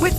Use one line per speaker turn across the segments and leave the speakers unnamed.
With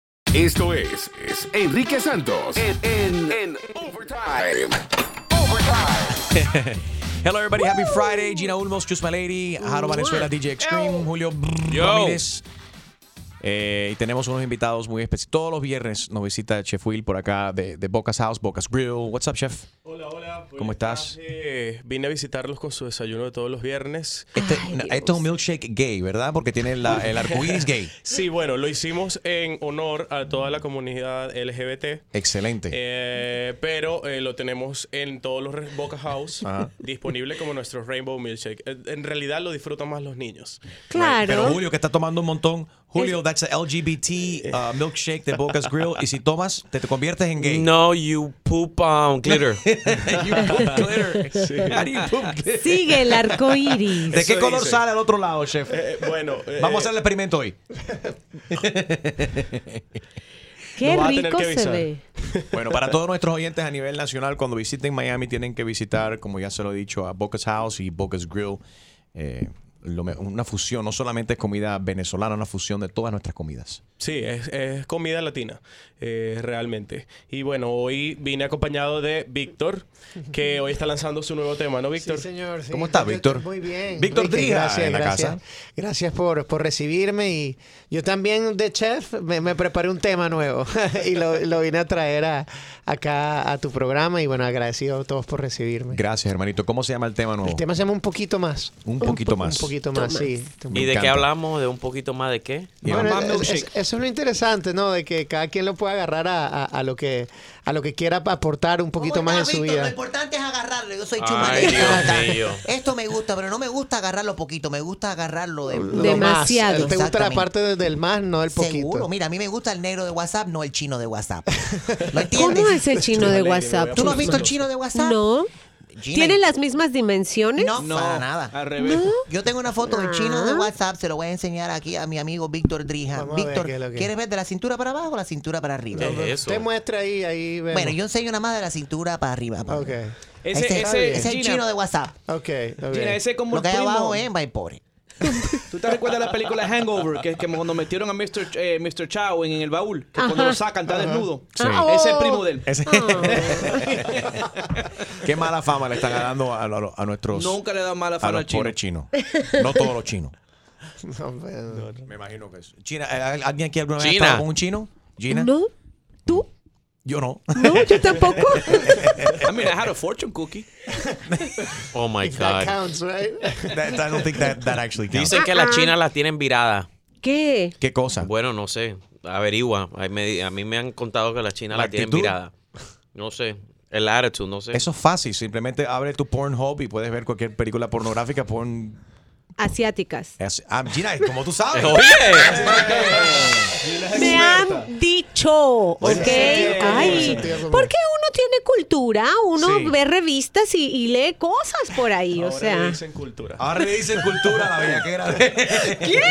Esto es, es Enrique Santos en, en, en Overtime. Overtime.
Hello, everybody. Happy Friday. Gina Ulmos, Just My Lady, Jaro Valenzuela, DJ Extreme, Julio Brr- Ramírez. Eh, y tenemos unos invitados muy especiales. Todos los viernes nos visita Chef Will por acá de, de Bocas House, Bocas Grill. What's up, Chef?
Hola, hola.
¿Cómo estás?
Eh, vine a visitarlos con su desayuno de todos los viernes.
Este, no, esto es un milkshake gay, ¿verdad? Porque tiene la- el arcoíris gay.
Sí, bueno, lo hicimos en honor a toda la comunidad LGBT.
Excelente.
eh, pero eh, lo tenemos en todos los re- Boca House disponible como nuestro Rainbow Milkshake. Eh, En realidad lo disfrutan más los niños.
Claro.
Pero Julio, que está tomando un montón. Julio, that's a LGBT uh, milkshake de Bocas Grill. Y si tomas, te, te conviertes en gay.
No, you poop um, glitter.
You poop glitter. How do you poop glitter?
Sigue el arco iris.
Este. ¿De qué
Eso
color
dice.
sale al otro lado, chef?
Eh, bueno, eh,
Vamos a hacer el experimento hoy.
Qué
vas a tener
rico
que
se
avisar.
ve.
Bueno, para todos nuestros oyentes a nivel nacional, cuando visiten Miami tienen que visitar, como ya se lo he dicho, a Bocas House y Bocas Grill. Eh, lo me- una fusión, no solamente es comida venezolana, una fusión de todas nuestras comidas.
Sí, es, es comida latina, eh, realmente. Y bueno, hoy vine acompañado de Víctor, que hoy está lanzando su nuevo tema, ¿no, Víctor?
Sí, señor. sí.
¿Cómo está,
Yo-
Víctor?
Muy bien.
Víctor
Enrique,
Drija en la casa.
Gracias por, por recibirme. Y yo también, de chef, me, me preparé un tema nuevo y lo, lo vine a traer a- acá a tu programa. Y bueno, agradecido a todos por recibirme.
Gracias, hermanito. ¿Cómo se llama el tema nuevo?
El tema se llama Un poquito más.
Un poquito más.
Un poquito más, sí.
Me
¿Y de qué
encanta.
hablamos? ¿De un poquito más de qué?
Y
Bueno,
vamos a
es- es-
milkshake.
eso es lo interesante, ¿no? De que cada quien lo puede agarrar a, a- a lo que a lo que quiera pa- aportar un poquito más en su
Lo
vida.
importante es agarrarlo. Yo soy
Ay,
chumaleta.
Dios mío.
Esto me gusta, pero no me gusta agarrarlo poquito. Me gusta agarrarlo de
Lo más.
Demasiado.
¿Te gusta la
Exactamente.
parte de- del más, no del poquito?
Seguro. Mira, a mí me gusta el negro de WhatsApp, no el chino de WhatsApp. ¿Lo entiendes?
¿Cómo es el chino de
Valeria,
WhatsApp?
¿Tú no has visto el chino de WhatsApp?
No.
Gina,
¿Tiene las mismas dimensiones?
No, para nada.
Al revés.
Yo tengo una foto del chino de WhatsApp, se lo voy a enseñar aquí a mi amigo Víctor Drija.
Vamos a ver
Víctor,
qué es lo que-
¿quieres ver de la cintura para abajo o la cintura para arriba?
¿Qué es
Te
eso?
muestra ahí, ahí vemos.
Bueno, yo enseño nada más de la cintura para arriba. pa.
Ok,
Ese,
ese- Está bien.
ese es el chino de WhatsApp.
ok, ok.
Mira, ese es como
Lo que
el
hay
primo.
abajo es my pobre.
¿Tú te recuerdas la película Hangover? Que, que cuando metieron a Mr. Ch- eh, Mr. Chow en, el baúl, que cuando lo sacan está desnudo. Ese es el primo de él.
Ese-
Ah.
Qué mala fama le están dando a, a- a nuestros
Nunca le da mala
a
fama
los
al chino.
pobres chinos. No todos los chinos.
No, bueno.
Me imagino que es. China, ¿al- ¿alguien aquí alguna vez ha
China.
estado con un chino? Gina.
¿No? ¿Tú?
Yo no.
No, yo tampoco.
I mean, I had a fortune cookie.
Oh my God.
That counts, right?
That- I don't think that, that actually counts.
Dicen que las chinas las tienen viradas.
¿Qué?
¿Qué cosa?
Bueno, no sé. Averigua. Ay, me- A mí me han contado que las chinas
¿La
las tienen
actitud?
viradas. No sé. El attitude, no sé.
Eso es fácil. Simplemente abre tu Pornhub y puedes ver cualquier película pornográfica. Porn...
Asiáticas.
es- Ah, Gina, como tú sabes.
Me han dicho, ¿ok?
Bueno, sentido común,
Ay,
sentido común.
porque uno tiene cultura, uno
Sí.
ve revistas y, y lee cosas por ahí, o
Ahora
sea.
le dicen cultura.
Ah,
Ahora le dicen cultura a la bellaquera.
¿Qué?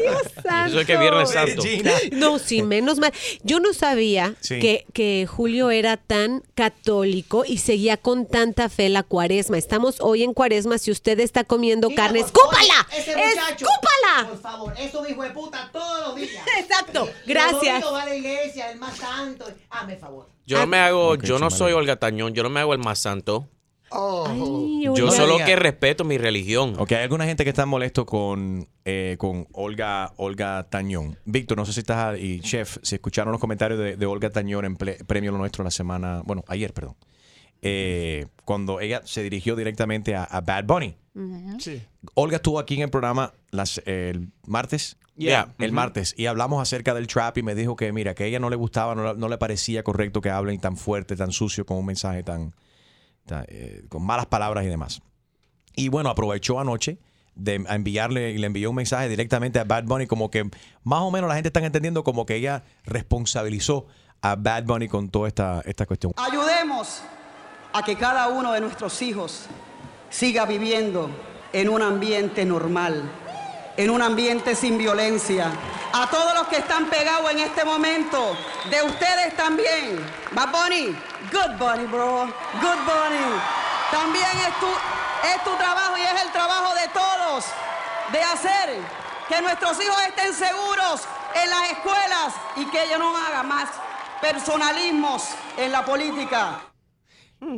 Dios santo.
Eso es que Viernes Santo.
Gina.
No, sí, menos mal. Yo no sabía
Sí.
que, que Julio era tan católico y seguía con tanta fe la cuaresma. Estamos hoy en cuaresma. Si usted está comiendo
Mira,
carne,
por favor,
¡escúpala!
ese muchacho,
¡Escúpala!
Por favor, eso hijo de puta todos los días.
Exacto,
Y
gracias.
Los domingos va a la iglesia, el más santo. Hazme favor.
Yo no me hago,
Ok,
yo no
chumala.
soy Olga Tañón, yo no me hago el más santo.
Ay,
Yo
oiga.
solo que respeto mi religión.
Ok, hay alguna gente que está molesto con, eh, con Olga, Olga Tañón. Víctor, no sé si estás y Chef, si escucharon los comentarios de, de Olga Tañón en ple- Premio Lo Nuestro la semana, bueno, ayer, perdón. Eh, cuando ella se dirigió directamente a, a Bad Bunny.
Sí.
Olga estuvo aquí en el programa las, el martes.
Yeah.
El martes. Y hablamos acerca del trap y me dijo que, mira, que a ella no le gustaba, no, la- no le parecía correcto que hablen tan fuerte, tan sucio, con un mensaje tan. tan, eh, con malas palabras y demás. Y bueno, aprovechó anoche de a enviarle y le envió un mensaje directamente a Bad Bunny como que más o menos la gente está entendiendo como que ella responsabilizó a Bad Bunny con toda esta, esta cuestión.
Ayudemos a que cada uno de nuestros hijos siga viviendo en un ambiente normal, en un ambiente sin violencia. A todos los que están pegados en este momento, de ustedes también. Bad Bunny, good Bunny, bro, good Bunny. También es tu, es tu trabajo y es el trabajo de todos de hacer que nuestros hijos estén seguros en las escuelas y que ellos no hagan más personalismos en la política.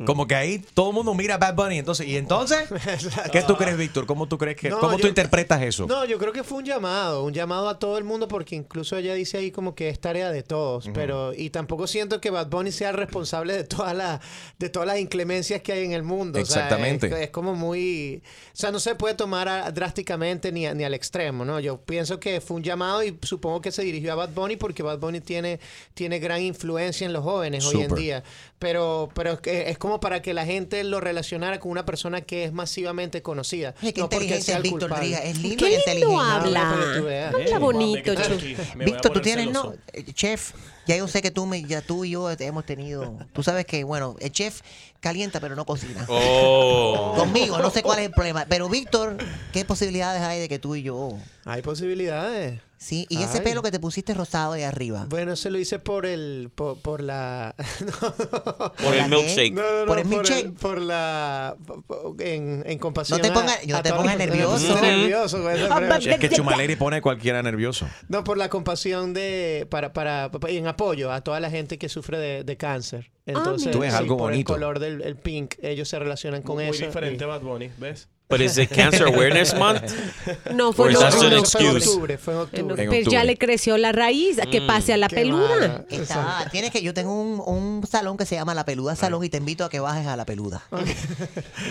Como que ahí todo el mundo mira a Bad Bunny. Entonces, ¿y entonces? ¿Qué tú crees, Víctor? ¿Cómo tú crees que,
No,
cómo
yo-
tú interpretas eso?
No, yo creo que fue un llamado, un llamado a todo el mundo porque incluso ella dice ahí como que es tarea de todos,
Ujú.
pero y tampoco siento que Bad Bunny sea el responsable de todas las de todas las inclemencias que hay en el mundo. o sea,
Exactamente.
es, es como muy, o sea, no se puede tomar a- drásticamente ni, a- ni al extremo, ¿no? Yo pienso que fue un llamado y supongo que se dirigió a Bad Bunny porque Bad Bunny tiene tiene gran influencia en los jóvenes hoy en
Súper.
día, pero pero es, que- es como para que la gente lo relacionara con una persona que es masivamente conocida.
Oye, qué
no porque
inteligente
sea
es
el
Víctor
culpable.
Driga, es lindo Qué y lindo inteligente. habla.
Ah, para que tú veas.
Habla
Sí.
bonito,
Guau, me
chu.
quedo aquí. Me voy a
Víctor, tú
poner
tienes, no,
celoso.
Eh, chef, ya yo sé que tú, me, ya tú y yo hemos tenido, tú sabes que, bueno, el chef calienta pero no cocina.
Oh.
Conmigo, no sé cuál es el problema. Pero Víctor, ¿qué posibilidades hay de que tú y yo?
Hay posibilidades.
Sí, y ese
Ay.
pelo que te pusiste rosado de arriba.
Bueno, se lo hice por el por, por la
Por el milkshake.
No, no, no,
Por el
Por,
milkshake.
la por- en, en compasión.
No te
a-
pongas- no
a
te
todas
pongas
las personas. Me puse
nervioso.
nervioso con
Ah,
esa pregunta.
Si es que Chumaleri pone a cualquiera nervioso.
No, por la compasión de para, para, para- y en apoyo a toda la gente que sufre de, de cáncer. Entonces,
mira. Tú ves algo
por
bonito.
el color del el pink, ellos se relacionan con
Muy
eso.
diferente
y-
Bad Bunny, ¿ves?
But is it Cancer Awareness Month?
No, fue
Or
en
is that
octubre.
an
No, fue en
excuse?
octubre, fue en octubre.
Pero ya le creció la raíz, a que
Mm.
pase a la
Qué
peluda.
Está, tienes que, yo tengo un, un salón que se llama La Peluda Salón y te invito a que bajes a La Peluda.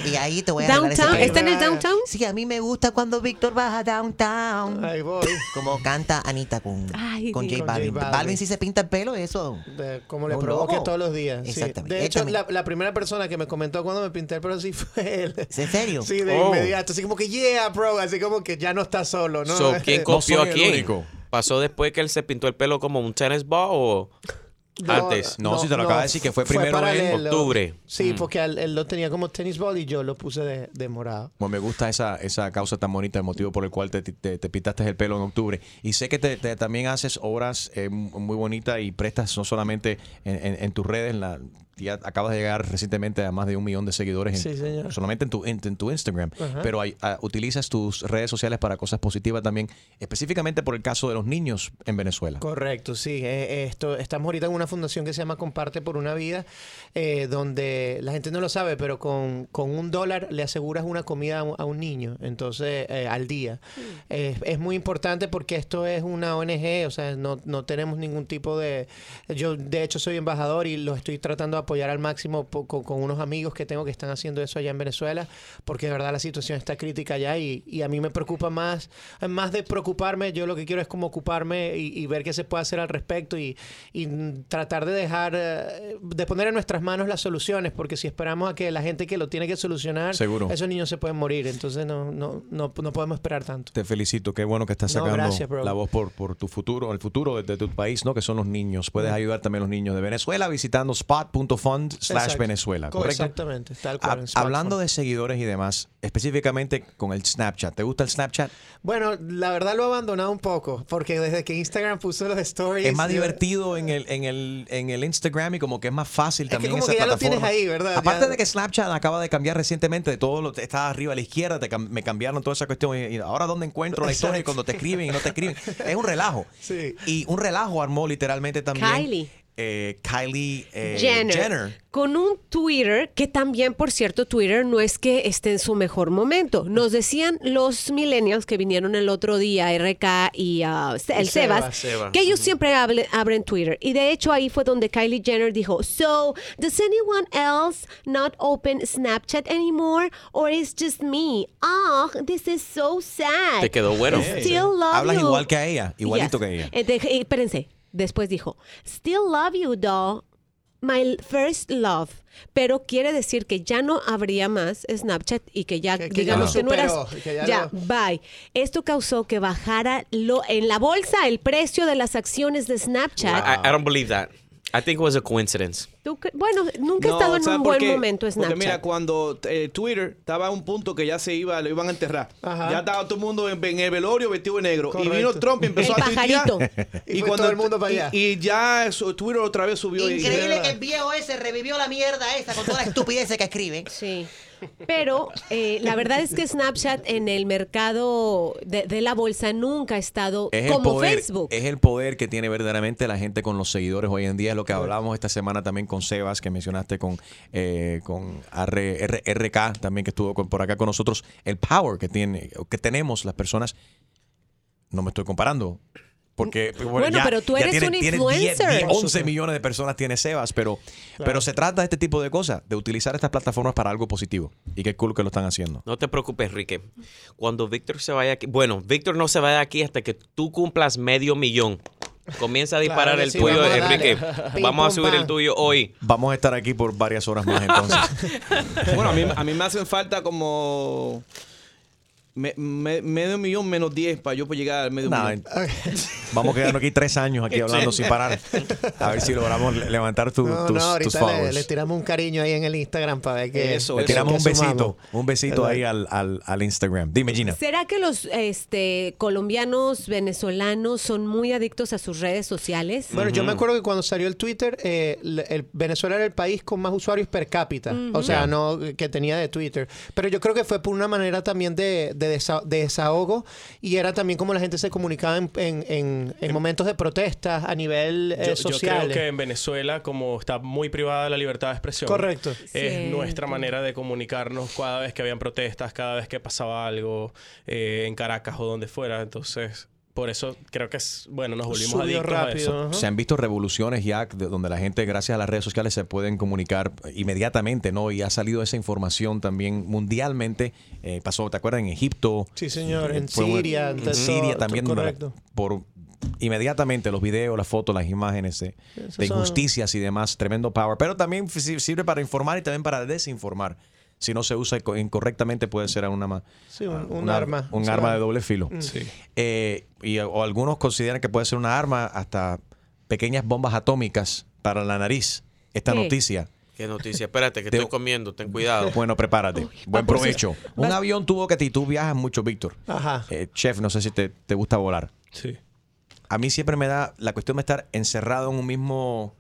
Y ahí te voy a arreglar ese
Downtown,
pelo.
¿está en el downtown?
Sí, a mí me gusta cuando Víctor baja downtown.
Ahí voy.
Como canta Anita con,
Ay,
con
Dios.
J
Con J
Balvin.
Balvin.
Balvin sí se pinta el pelo, eso.
de cómo le
Un
provoque
loco.
todos los días. sí.
Exactamente.
De hecho,
Él
la, la primera persona que me comentó cuando me pinté el pelo así fue él.
¿En serio?
Sí, de
Oh.
inmediato. Así como que, yeah, bro. Así como que ya no está solo, eh, ¿no?
So, ¿Quién copió
soy
a
el
quién?
único.
¿Pasó después que él se pintó el pelo como un tennis ball o
No,
antes?
No, si te lo acaba de decir que fue primero en
paralelo.
octubre.
Sí, porque él, él lo tenía como tenis ball y yo lo puse de, de morado.
Bueno, me gusta esa, esa causa tan bonita, el motivo por el cual te, te- te pintaste el pelo en octubre. Y sé que te, te- también haces obras eh, muy bonitas y prestas no solamente en, en- en tus redes, en la, ya acabas de llegar recientemente a más de un millón de seguidores en-
Sí, señor.
solamente en tu, en, en tu Instagram.
Ajá.
Pero hay- ah, utilizas tus redes sociales para cosas positivas también, específicamente por el caso de los niños en Venezuela.
Correcto, sí. Eh, eh, esto, estamos ahorita en una fundación que se llama Comparte por una Vida, eh, donde la gente no lo sabe, pero con, con un dólar le aseguras una comida a un, a un niño, entonces eh, al día. Eh, es muy importante porque esto es una ONG, o sea, no, no tenemos ningún tipo de... Yo de hecho soy embajador y lo estoy tratando de apoyar al máximo po- con, con unos amigos que tengo que están haciendo eso allá en Venezuela, porque de verdad la situación está crítica allá y, y a mí me preocupa más, eh, más de preocuparme, yo lo que quiero es como ocuparme y, y ver qué se puede hacer al respecto y, y tratar de dejar, eh, de poner en nuestras manos las soluciones, porque si esperamos a que la gente que lo tiene que solucionar,
Seguro.
esos niños se pueden morir, entonces no, no, no, no podemos esperar tanto.
Te felicito, qué bueno que estás
No,
sacando
gracias, bro.
la voz por, por tu futuro, el futuro de, de tu país, ¿no? Que son los niños. Puedes ayudar también a los niños de Venezuela visitando spot.fund slash
Exacto.
Venezuela, ¿correcto?
Exactamente, tal
Ha-
cual. en smartphone.
hablando de seguidores y demás, específicamente con el Snapchat. ¿Te gusta el Snapchat?
Bueno, la verdad lo he abandonado un poco, porque desde que Instagram puso los stories...
Es más
yo-
divertido en el, en, el, en el Instagram y como que es más fácil también
como
esa
que ya lo
plataforma.
tienes ahí, ¿verdad?
Aparte
Ya-
de que Snapchat acaba de cambiar recientemente, de todo lo está arriba a la izquierda, te cam- me cambiaron toda esa cuestión y, y ahora dónde encuentro la historia y cuando te escriben y no te escriben, es un relajo. Y un relajo armó literalmente también
Kylie.
eh, Kylie eh,
Jenner,
Jenner.
Con un Twitter que también, por cierto, Twitter no es que esté en su mejor momento. Nos decían los millennials que vinieron el otro día, RK y ah, Se- el
Y Seba.
Sebas,
Seba.
que ellos siempre hable- abren Twitter. Y de hecho ahí fue donde Kylie Jenner dijo, So, does anyone else not open Snapchat anymore? Or is just me? Ah, this is so sad.
Te quedó bueno.
Still love
Hablas
you.
igual que a ella, igualito
Yes.
que ella.
Eh, de- eh, espérense. Después dijo, Still love you, though. my first love. Pero quiere decir que ya no habría más Snapchat y que ya,
que ya
digamos
lo
que no eras.
superó, que ya
ya,
lo-
bye. Esto causó que bajara lo, en la bolsa el precio de las acciones de Snapchat.
I, I don't believe that. I think it was a coincidence.
Tú cre- bueno, nunca he
No,
estado en
¿sabes
un
por
buen
qué?
momento Snapchat.
Porque mira, cuando eh, Twitter estaba a un punto que ya se iba, lo iban a enterrar.
Ajá.
Ya estaba todo el mundo en, en el velorio vestido de negro.
Correcto.
Y vino Trump y empezó
El
a tuitear.
pajarito. Y fue todo el mundo para allá.
Y, y ya su- Twitter otra vez subió. y-
Increíble que el viejo ese revivió la mierda esa con toda la estupidez que escriben.
Sí. Pero eh, la verdad es que Snapchat en el mercado de, de la bolsa nunca ha estado
Es el,
como
poder,
Facebook.
es el poder que tiene verdaderamente la gente con los seguidores hoy en día. Es lo que hablábamos esta semana también con Sebas, que mencionaste con, eh, con R- R- RK, también que estuvo con- por acá con nosotros. El power que, tiene, que tenemos las personas. No me estoy comparando. Porque bueno,
Bueno,
ya-
pero tú
ya
eres
tiene-
un
tiene
influencer.
10, 11 millones de personas tiene Sebas, pero, pero se trata de este tipo de cosas, de utilizar estas plataformas para algo positivo. Y qué cool que lo están haciendo.
No te preocupes, Enrique. Cuando Víctor se vaya aquí, bueno, Víctor no se va de aquí hasta que tú cumplas medio millón. Comienza a disparar
que
el
sí,
tuyo,
vamos a darle.
Enrique.
Pim,
Vamos a
pum,
subir
pam.
el tuyo hoy.
Vamos a estar aquí por varias horas más entonces.
Bueno, a mí, a mí me hacen falta como. me- me- medio millón menos 10 para yo poder llegar al medio
Nah,
millón.
Vamos a quedarnos aquí tres años aquí hablando sin parar. A ver si logramos le- levantar tu-
No,
tus,
no,
tus
ahorita le,
followers.
le tiramos un cariño ahí en el Instagram para ver que
le tiramos un
que
besito,
sumamos.
un besito ahí al, al- al Instagram. Dime, Gina.
¿Será que los este, colombianos, venezolanos son muy adictos a sus redes sociales?
Bueno, yo me acuerdo que cuando salió el Twitter, eh, el, el- Venezuela era el país con más usuarios per cápita,
Ujú.
o sea, no eh, que tenía de Twitter. Pero yo creo que fue por una manera también de, de desa- de desahogo y era también como la gente se comunicaba en, en- en- en momentos de protestas a nivel eh,
Yo, yo
social.
creo que en Venezuela, como está muy privada la libertad de expresión,
Correcto.
es
Cierto.
nuestra manera de comunicarnos cada vez que habían protestas, cada vez que pasaba algo eh, en Caracas o donde fuera. Entonces, por eso creo que es, bueno, nos volvimos
Subió
adictos a
rápido,
eso.
ajá.
Se han visto revoluciones ya de- donde la gente, gracias a las redes sociales, se pueden comunicar inmediatamente, ¿no? Y ha salido esa información también mundialmente. Eh, pasó, ¿te acuerdas? En Egipto.
Sí, señor,
Eh,
en
fue un-
Siria,
En
en
Siria
todo-
también.
todo
donde la-
correcto.
por inmediatamente los videos, las fotos, las imágenes eh,
Esos
de
son-
injusticias y demás. Tremendo power. Pero también f- sir- sirve para informar y también para desinformar. Si no se usa co- incorrectamente puede ser una, ma-
Sí, un, un
una-
arma.
Ah, Un
Sí,
arma
va.
de doble filo.
Mm. Sí.
Eh, y, o algunos consideran que puede ser una arma hasta pequeñas bombas atómicas para la nariz. Esta
¿Qué?
noticia.
Qué noticia. Espérate, que
Te-
estoy comiendo. Ten cuidado.
Bueno, prepárate. Buen provecho. Un avión tuvo que a ti. Tú viajas mucho, Víctor.
Ah.
Ajá.
Eh, chef, no sé si te, te gusta volar.
Sí.
A mí siempre me da la cuestión de estar encerrado en un mismo,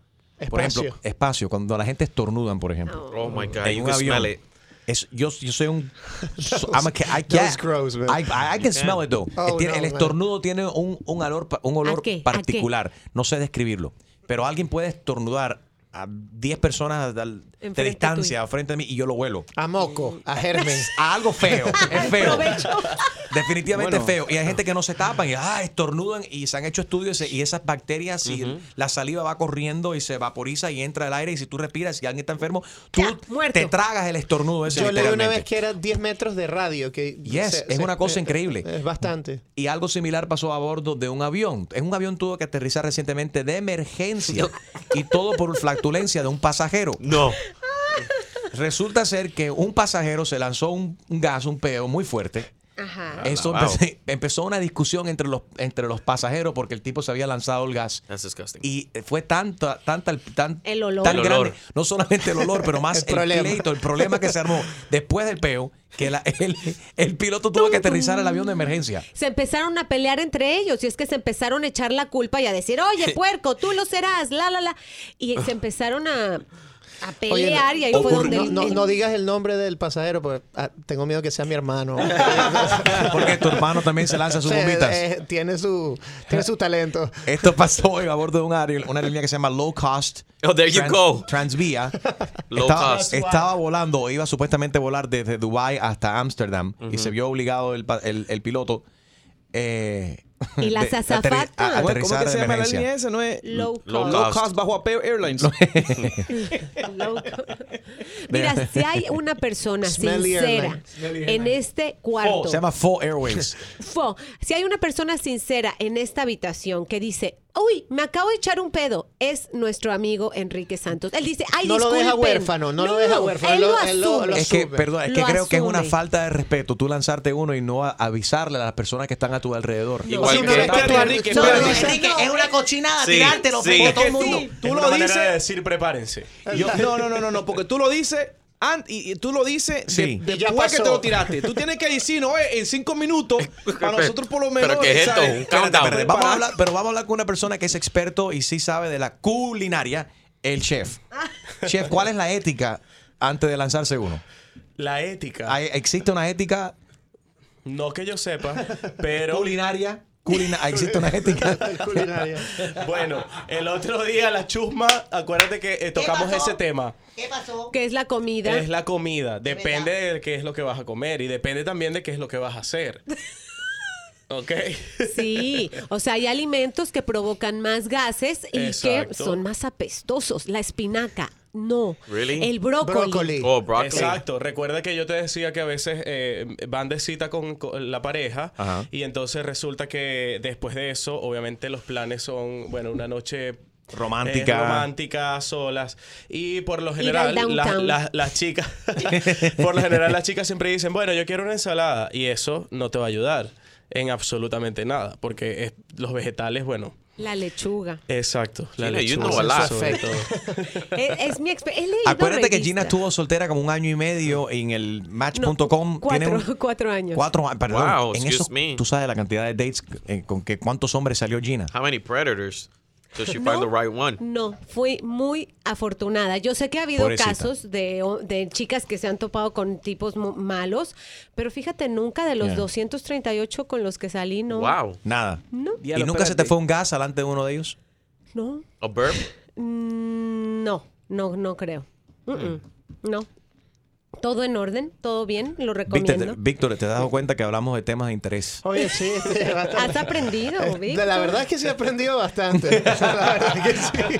por
Espacio.
ejemplo, espacio. Cuando la gente estornudan, por ejemplo.
Oh my God,
En
you
un
can
avión.
smell it.
Es- yo, yo soy un...
That
I'm a
was-
ca- Ah, I
that
can't-
was gross, man.
I, I- I can smell it, though.
Oh,
Tiene-
no,
el
man.
estornudo tiene un, un olor, pa- un olor
¿A qué? ¿A qué?
particular. No sé describirlo. Pero alguien puede estornudar a 10 personas al- de
Enfrente
distancia, frente a mí, y yo lo huelo.
A moco, a germen.
a algo feo. Es feo.
Provecho.
Definitivamente
Bueno.
feo. Y hay gente que no se tapan y ah, estornudan y se han hecho estudios y esas bacterias y la saliva va corriendo y se vaporiza y entra el aire y si tú respiras y alguien está enfermo, tú te tragas el estornudo ese
Yo leí una
literalmente.
vez que era 10 metros de radio. Que
Yes,
se-
es
se-
una cosa
eh,
increíble.
Es bastante.
Y algo similar pasó a bordo de un avión. En un avión tuvo que aterrizar recientemente de emergencia y todo por flatulencia de un pasajero.
No.
Resulta ser que un pasajero se lanzó un, un gas, un peo muy fuerte.
Ajá.
Eso
wow.
empecé- empezó una discusión entre los, entre los pasajeros porque el tipo se había lanzado el gas. Y eh, fue tanta, tanta, el- tan,
El olor.
tan
El olor.
grande, no solamente el olor, pero más
El
el,
problema.
pleito, el problema que se armó después del peo, que la- el, el piloto tuvo que aterrizar el avión de emergencia.
Se empezaron a pelear entre ellos y es que se empezaron a echar la culpa y a decir, oye, puerco, tú lo serás, la, la, la. Y se empezaron a, a
Oye,
pelear y ahí
ocurre-
fue donde...
no,
el-
no-
el-
no digas el nombre del pasajero, porque ah, tengo miedo que sea mi hermano. Eh,
Porque tu hermano también se lanza sus
O sea,
bombitas.
eh, tiene, su, tiene su talento.
Esto pasó hoy a bordo de una, aerol- una aerolínea que se llama Low Cost.
Oh, there you go.
Transvia.
Low
estaba,
cost.
estaba volando, iba supuestamente a volar desde Dubai hasta Ámsterdam y se vio obligado el, pa- el- el piloto. eh,
Y las
de- a
azafatas.
aterri- a
¿Cómo es
aterrizar
que se
de
llama la
emergencia.
línea esa? ¿No es
Low
Low
cost.
cost, bajo Apeo Airlines?
Loco. Mira, si hay una persona
Smelly
sincera
airline. Smelly Oh,
en
airline.
este
Fo,
cuarto,
se llama Fo Airways.
Fo, si hay una persona sincera en esta habitación que dice, uy, me acabo de echar un pedo, es nuestro amigo Enrique Santos. Él dice, ay,
No lo deja
disculpen".
huérfano, no lo deja huérfano,
Él
él
lo
lo- él lo-
asume.
es que, perdón, es que
Lo
creo que es una
asume.
falta de respeto tú lanzarte uno y no a- avisarle a las personas que están a tu alrededor.
Igual Sí, que- pero espérate, Enrique,
No, no, Enrique, es una cochinada,
Sí,
tirártelo por
sí.
todo el
Es que
mundo.
sí.
Tú
Es
lo
una
dices.
manera de decir prepárense.
Yo- no, no, no, no, no, porque tú lo dices. an- y, y tú lo dices de-
Sí.
de-
Y ya
después que
pasó.
te lo tiraste. Tú tienes que decir, no, eh, en cinco minutos, para nosotros por lo menos.
que
¿sabes?
Vamos a hablar, pero vamos a hablar con una persona que es experto y sí sabe de la culinaria, el chef. chef, ¿cuál es la ética antes de lanzarse uno?
La ética.
Hay- ¿Existe una ética
No que yo sepa, pero.
Culinaria. culina- ah, ¿Existe una ética?
Ah,
Bueno, el otro día la chusma, acuérdate que eh, tocamos ese tema.
Que es la comida.
Es la comida. Depende de qué es lo que vas a comer y depende también de qué es lo que vas a hacer. ¿Ok?
Sí, o sea, hay alimentos que provocan más gases y que
Exacto.
son más apestosos. La espinaca, no.
Really?
El brócoli.
Oh, brócoli.
Exacto. Recuerda que yo te decía que a veces eh, van de cita con, con la pareja
Ajá.
ah, y entonces resulta que después de eso, obviamente los planes son, bueno, una noche
Romántica.
eh, romántica, solas. Y por lo
Ir
general,
al
las
downtown.
las- las chicas, por lo general las chicas siempre dicen, bueno, yo quiero una ensalada y eso no te va a ayudar en absolutamente nada porque es- los vegetales, bueno.
La lechuga.
Eh,
Exacto. La
You know, you know
lechuga
a lot.
sobre todo.
Es, E-, es mi experiencia.
Acuérdate que Gina estuvo soltera como un año y medio en el match.com. Tiene
Cuatro,
un-
cuatro años.
cuatro años. Perdón.
Wow,
en
excuse
esos-
me.
Tú sabes la cantidad de dates eh, con que cuántos hombres salió Gina.
How many predators? Does she
No.
find the right one?
No, fui muy afortunada. Yo sé que ha habido
Pobrecita.
casos de, o- de chicas que se han topado con tipos mo- malos, pero fíjate, nunca de los
Yeah.
238 con los que salí, no.
Nada.
No.
¿Y nunca se te fue un gas delante de uno de ellos?
No,
A burp?
Mm, no, no, no creo.
Mm.
Mm-mm, No. Todo en orden, todo bien, lo
Víctor,
recomiendo.
te- Víctor, te has dado cuenta que hablamos de temas de interés.
Oye, sí, este,
Has aprendido, Víctor.
La verdad es que sí he aprendido bastante. La verdad es que sí.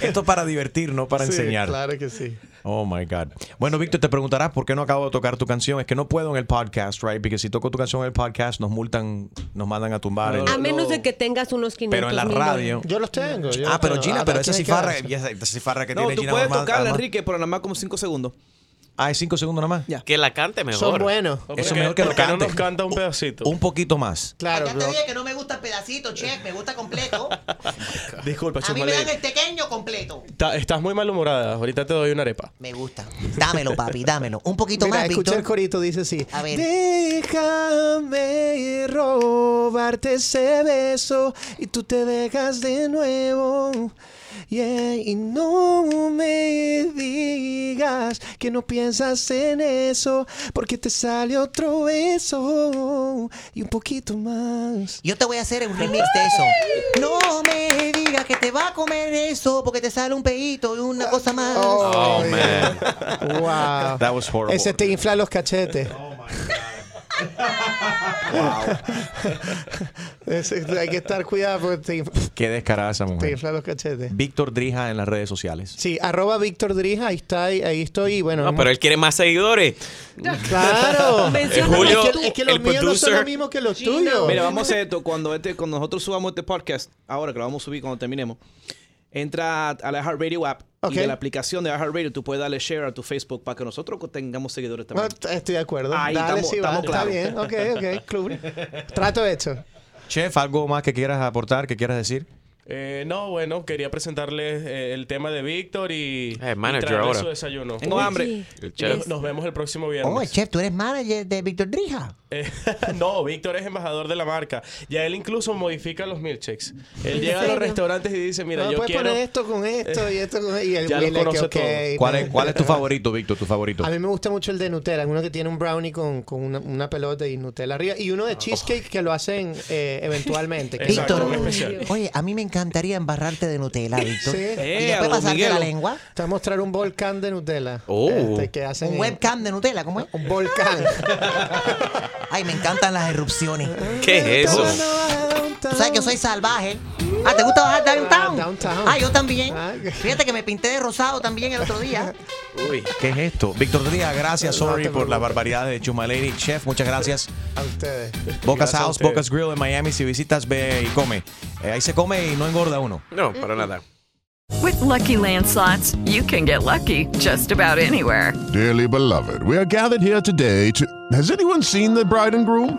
Esto es para divertir, no para
Sí,
enseñar.
Claro que sí.
Oh my God. Bueno, Víctor, te preguntarás por qué no acabo de tocar tu canción. Es que no puedo en el podcast, right? Porque si toco tu canción en el podcast, nos multan, nos mandan a tumbar. el-
A menos de que tengas unos 500
Pero en la
mil
radio.
Yo los tengo. yo
Ah,
los
pero
tengo.
Gina,
Ah,
pero
aquí
esa
me
cifarra,
quedas.
ya esa esa cifarra que
No,
tiene
tú
Gina
puedes
Román,
tocarla,
además.
Enrique, pero nada más como cinco segundos.
Ah, es cinco segundos nada más.
Que la cante mejor.
Son buenos.
¿Por
Eso
qué-
mejor que lo
por qué no
cante.
nos canta un pedacito?
Un poquito más.
Claro,
Ya te dije que no me gusta el pedacito, chef, me gusta completo.
Disculpa,
A mí me
Chumale.
dan el pequeño completo.
Ta- Estás muy malhumorada. Ahorita te doy una arepa.
Me gusta. Dámelo, papi, dámelo. Un poquito
Mira,
más,
escucha
Víctor.
el corito, dice así.
A ver.
Déjame robarte ese beso y tú te dejas de nuevo. Yeah, y no me digas que no piensas en eso porque te sale otro beso y un poquito más.
Yo te voy a hacer un remix de eso. No me digas que te va a comer eso porque te sale un peito y una cosa más.
Oh, man.
Wow.
That was horrible.
Ese te infla los cachetes. Ese- hay que estar cuidado porque te, inf-
Qué descarada esa
te
mujer.
infla los cachetes.
Víctor Drija en las redes sociales.
Sí, arroba Víctor Drija, ahí está, ahí, ahí estoy. y Bueno,
No, pero él quiere más seguidores.
Claro.
Eh, Julio,
es que, es que los
el
míos no son
producer.
los mismos que los tuyos.
Mira, vamos a hacer esto. Cuando, este, cuando nosotros subamos este podcast, ahora que lo vamos a subir cuando terminemos, entra a la iHeartRadio app
Ok.
y de la aplicación de iHeartRadio tú puedes darle share a tu Facebook para que nosotros tengamos seguidores
No,
también.
t- estoy de acuerdo.
Ahí
Dale,
estamos-
sí, va,
estamos claros.
Está bien, ok, ok. Club. Trato hecho.
Chef, ¿algo más que quieras aportar, que quieras decir?
Eh, no, bueno, quería presentarles eh, el tema de Víctor y,
Eh,
y
manager
traerle
ahora.
su desayuno.
Tengo Oye. hambre.
El
Y
chef.
nos- Nos vemos el próximo viernes.
Oh, el chef, tú eres manager de Víctor Drija.
Eh, no, Víctor es embajador de la marca. Ya él incluso modifica los milkshakes. Él llega a
serio?
los restaurantes y dice, mira,
No,
yo
puedes
quiero...
poner esto con esto y esto con y el
Ya lo
Will es que,
conoce
ok,
todo.
¿Cuál es, cuál es tu favorito, Víctor? Tu favorito.
A mí me gusta mucho el de Nutella, uno que tiene un brownie con, con una, una pelota y Nutella arriba, y
Ah.
uno de cheesecake que lo hacen eh, eventualmente. que-
Víctor, oye, a mí me encantaría embarrarte de Nutella, Víctor.
Sí.
Eh,
y
Eh.
después pasarte la lengua.
Te voy a mostrar un volcán de Nutella.
Oh.
este, que hacen
Un
en-
webcam de Nutella, ¿cómo es?
Un volcán.
Ay, me encantan las erupciones.
¿Qué es eso?
Tú sabes que yo soy salvaje. Ah, ¿te gusta bajar downtown?
está.
Ah, yo también. Fíjate que me pinté de rosado también el otro día.
Uy, ¿qué es esto? Víctor Díaz, gracias,
No te
sorry, por las barbaridades de Chuma Lady. Chef, muchas gracias.
A ustedes.
Bocas
Gracias a
House,
ustedes.
Bocas Grill en Miami. Si visitas, ve y come. Eh, ahí se come y no engorda uno.
No, para nada.
With Lucky Land slots, you can get lucky just about anywhere.
Dearly beloved, we are gathered here today to. Has anyone seen the bride and groom?